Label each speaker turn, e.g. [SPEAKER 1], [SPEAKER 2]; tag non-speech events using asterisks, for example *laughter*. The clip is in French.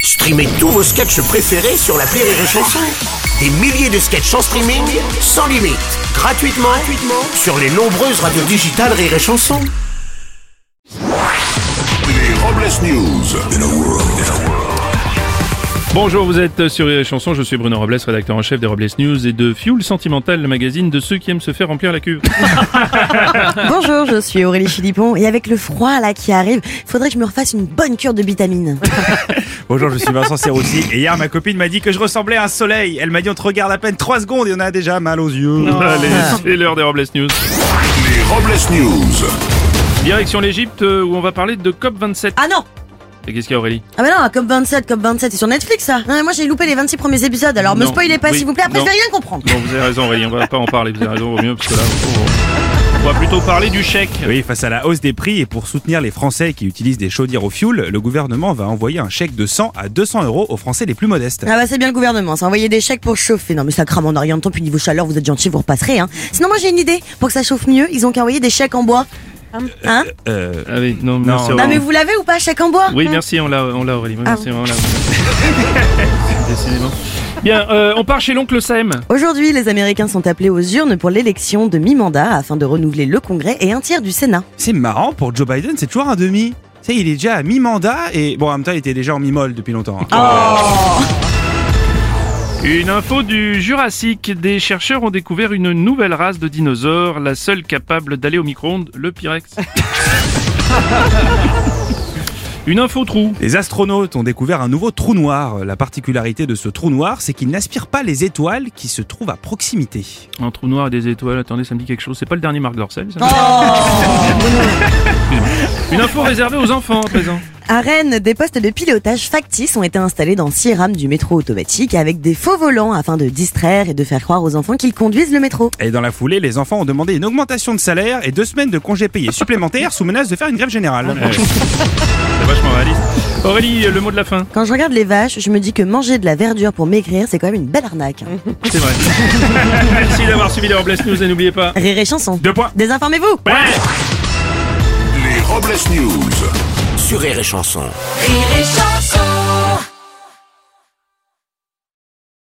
[SPEAKER 1] Streamez tous vos sketchs préférés sur la Rire et Chanson. Des milliers de sketchs en streaming, sans limite, gratuitement, gratuitement sur les nombreuses radios digitales Rire et Chanson.
[SPEAKER 2] Les Robles News. In a world, in a world.
[SPEAKER 3] Bonjour, vous êtes sur les chansons, je suis Bruno Robles, rédacteur en chef des Robles News et de Fuel Sentimental, le magazine de ceux qui aiment se faire remplir la cuve.
[SPEAKER 4] Bonjour, je suis Aurélie Philippon et avec le froid là qui arrive, faudrait que je me refasse une bonne cure de vitamines.
[SPEAKER 5] Bonjour, je suis Vincent Serroussi et hier ma copine m'a dit que je ressemblais à un soleil. Elle m'a dit on te regarde à peine 3 secondes et on a déjà mal aux yeux.
[SPEAKER 3] Allez, c'est l'heure des Robles News.
[SPEAKER 2] Les Robles News.
[SPEAKER 3] Direction l'Egypte où on va parler de COP27.
[SPEAKER 4] Ah non
[SPEAKER 3] Et qu'est-ce qu'il y a Aurélie
[SPEAKER 4] Ah bah non, COP27, COP27, c'est sur Netflix ça Ah, Moi j'ai loupé les 26 premiers épisodes, alors me
[SPEAKER 3] Non,
[SPEAKER 4] spoilez pas
[SPEAKER 3] oui,
[SPEAKER 4] s'il vous plaît, après
[SPEAKER 3] non.
[SPEAKER 4] je vais rien comprendre.
[SPEAKER 3] Bon, vous avez raison Aurélie, on va pas en parler, vous avez raison, vaut mieux parce que là, on- on va plutôt parler du chèque.
[SPEAKER 5] Oui, face à la hausse des prix et pour soutenir les Français qui utilisent des chaudières au fioul, le gouvernement va envoyer un chèque de 100 à 200 euros aux Français les plus modestes.
[SPEAKER 4] Ah bah c'est bien le gouvernement, ça envoyer des chèques pour chauffer. Non mais ça crame en orientant, puis niveau chaleur, vous êtes gentil, vous repasserez. Hein. Sinon moi j'ai une idée, pour que ça chauffe mieux, ils ont qu'à envoyer des chèques en bois. Hein
[SPEAKER 5] Euh,
[SPEAKER 3] Ah oui, non,
[SPEAKER 5] Non.
[SPEAKER 3] merci
[SPEAKER 4] Bah
[SPEAKER 3] Aurélie.
[SPEAKER 4] mais vous l'avez ou pas, chèque en bois
[SPEAKER 3] Oui,
[SPEAKER 4] Hein
[SPEAKER 3] merci, on l'a, on l'a Aurélie, oui,
[SPEAKER 4] Ah.
[SPEAKER 3] merci, on l'a. *laughs* Décidément. Bien, euh, on part chez l'oncle Sam.
[SPEAKER 4] Aujourd'hui, les Américains sont appelés aux urnes pour l'élection de mi-mandat afin de renouveler le Congrès et un tiers du Sénat.
[SPEAKER 5] c'est marrant, pour Joe Biden, c'est toujours un demi. Tu sais, il est déjà à mi-mandat et bon, en même temps, il était déjà en mi-molle depuis longtemps. hein.
[SPEAKER 3] Une info du Jurassique. Des chercheurs ont découvert une nouvelle race de dinosaures, la seule capable d'aller au micro-ondes, le *laughs* Pyrex. une info trou.
[SPEAKER 5] Les astronautes ont découvert un nouveau trou noir. La particularité de ce trou noir, c'est qu'il n'aspire pas les étoiles qui se trouvent à proximité.
[SPEAKER 3] Un trou noir et des étoiles. Attendez, ça me dit quelque chose. C'est pas le dernier Marc Dorcel, ça Oh. Une info réservée aux enfants à présent.
[SPEAKER 4] À Rennes, des postes de pilotage factices ont été installés dans six rames du métro automatique avec des faux volants afin de distraire et de faire croire aux enfants qu'ils conduisent le métro.
[SPEAKER 5] Et dans la foulée, les enfants ont demandé une augmentation de salaire et deux semaines de congés payés supplémentaires sous menace de faire une grève générale.
[SPEAKER 3] C'est vachement réaliste. Aurélie, le mot de la fin.
[SPEAKER 4] Quand je regarde les vaches, je me dis que manger de la verdure pour maigrir, c'est quand même une belle arnaque.
[SPEAKER 3] C'est *laughs* vrai. Merci d'avoir suivi les Robles News et n'oubliez pas.
[SPEAKER 4] Rire et chanson.
[SPEAKER 5] Deux points.
[SPEAKER 4] Désinformez-vous
[SPEAKER 2] Les Robles News.
[SPEAKER 1] Sur Rire et Chanson.
[SPEAKER 6] Rire et chanson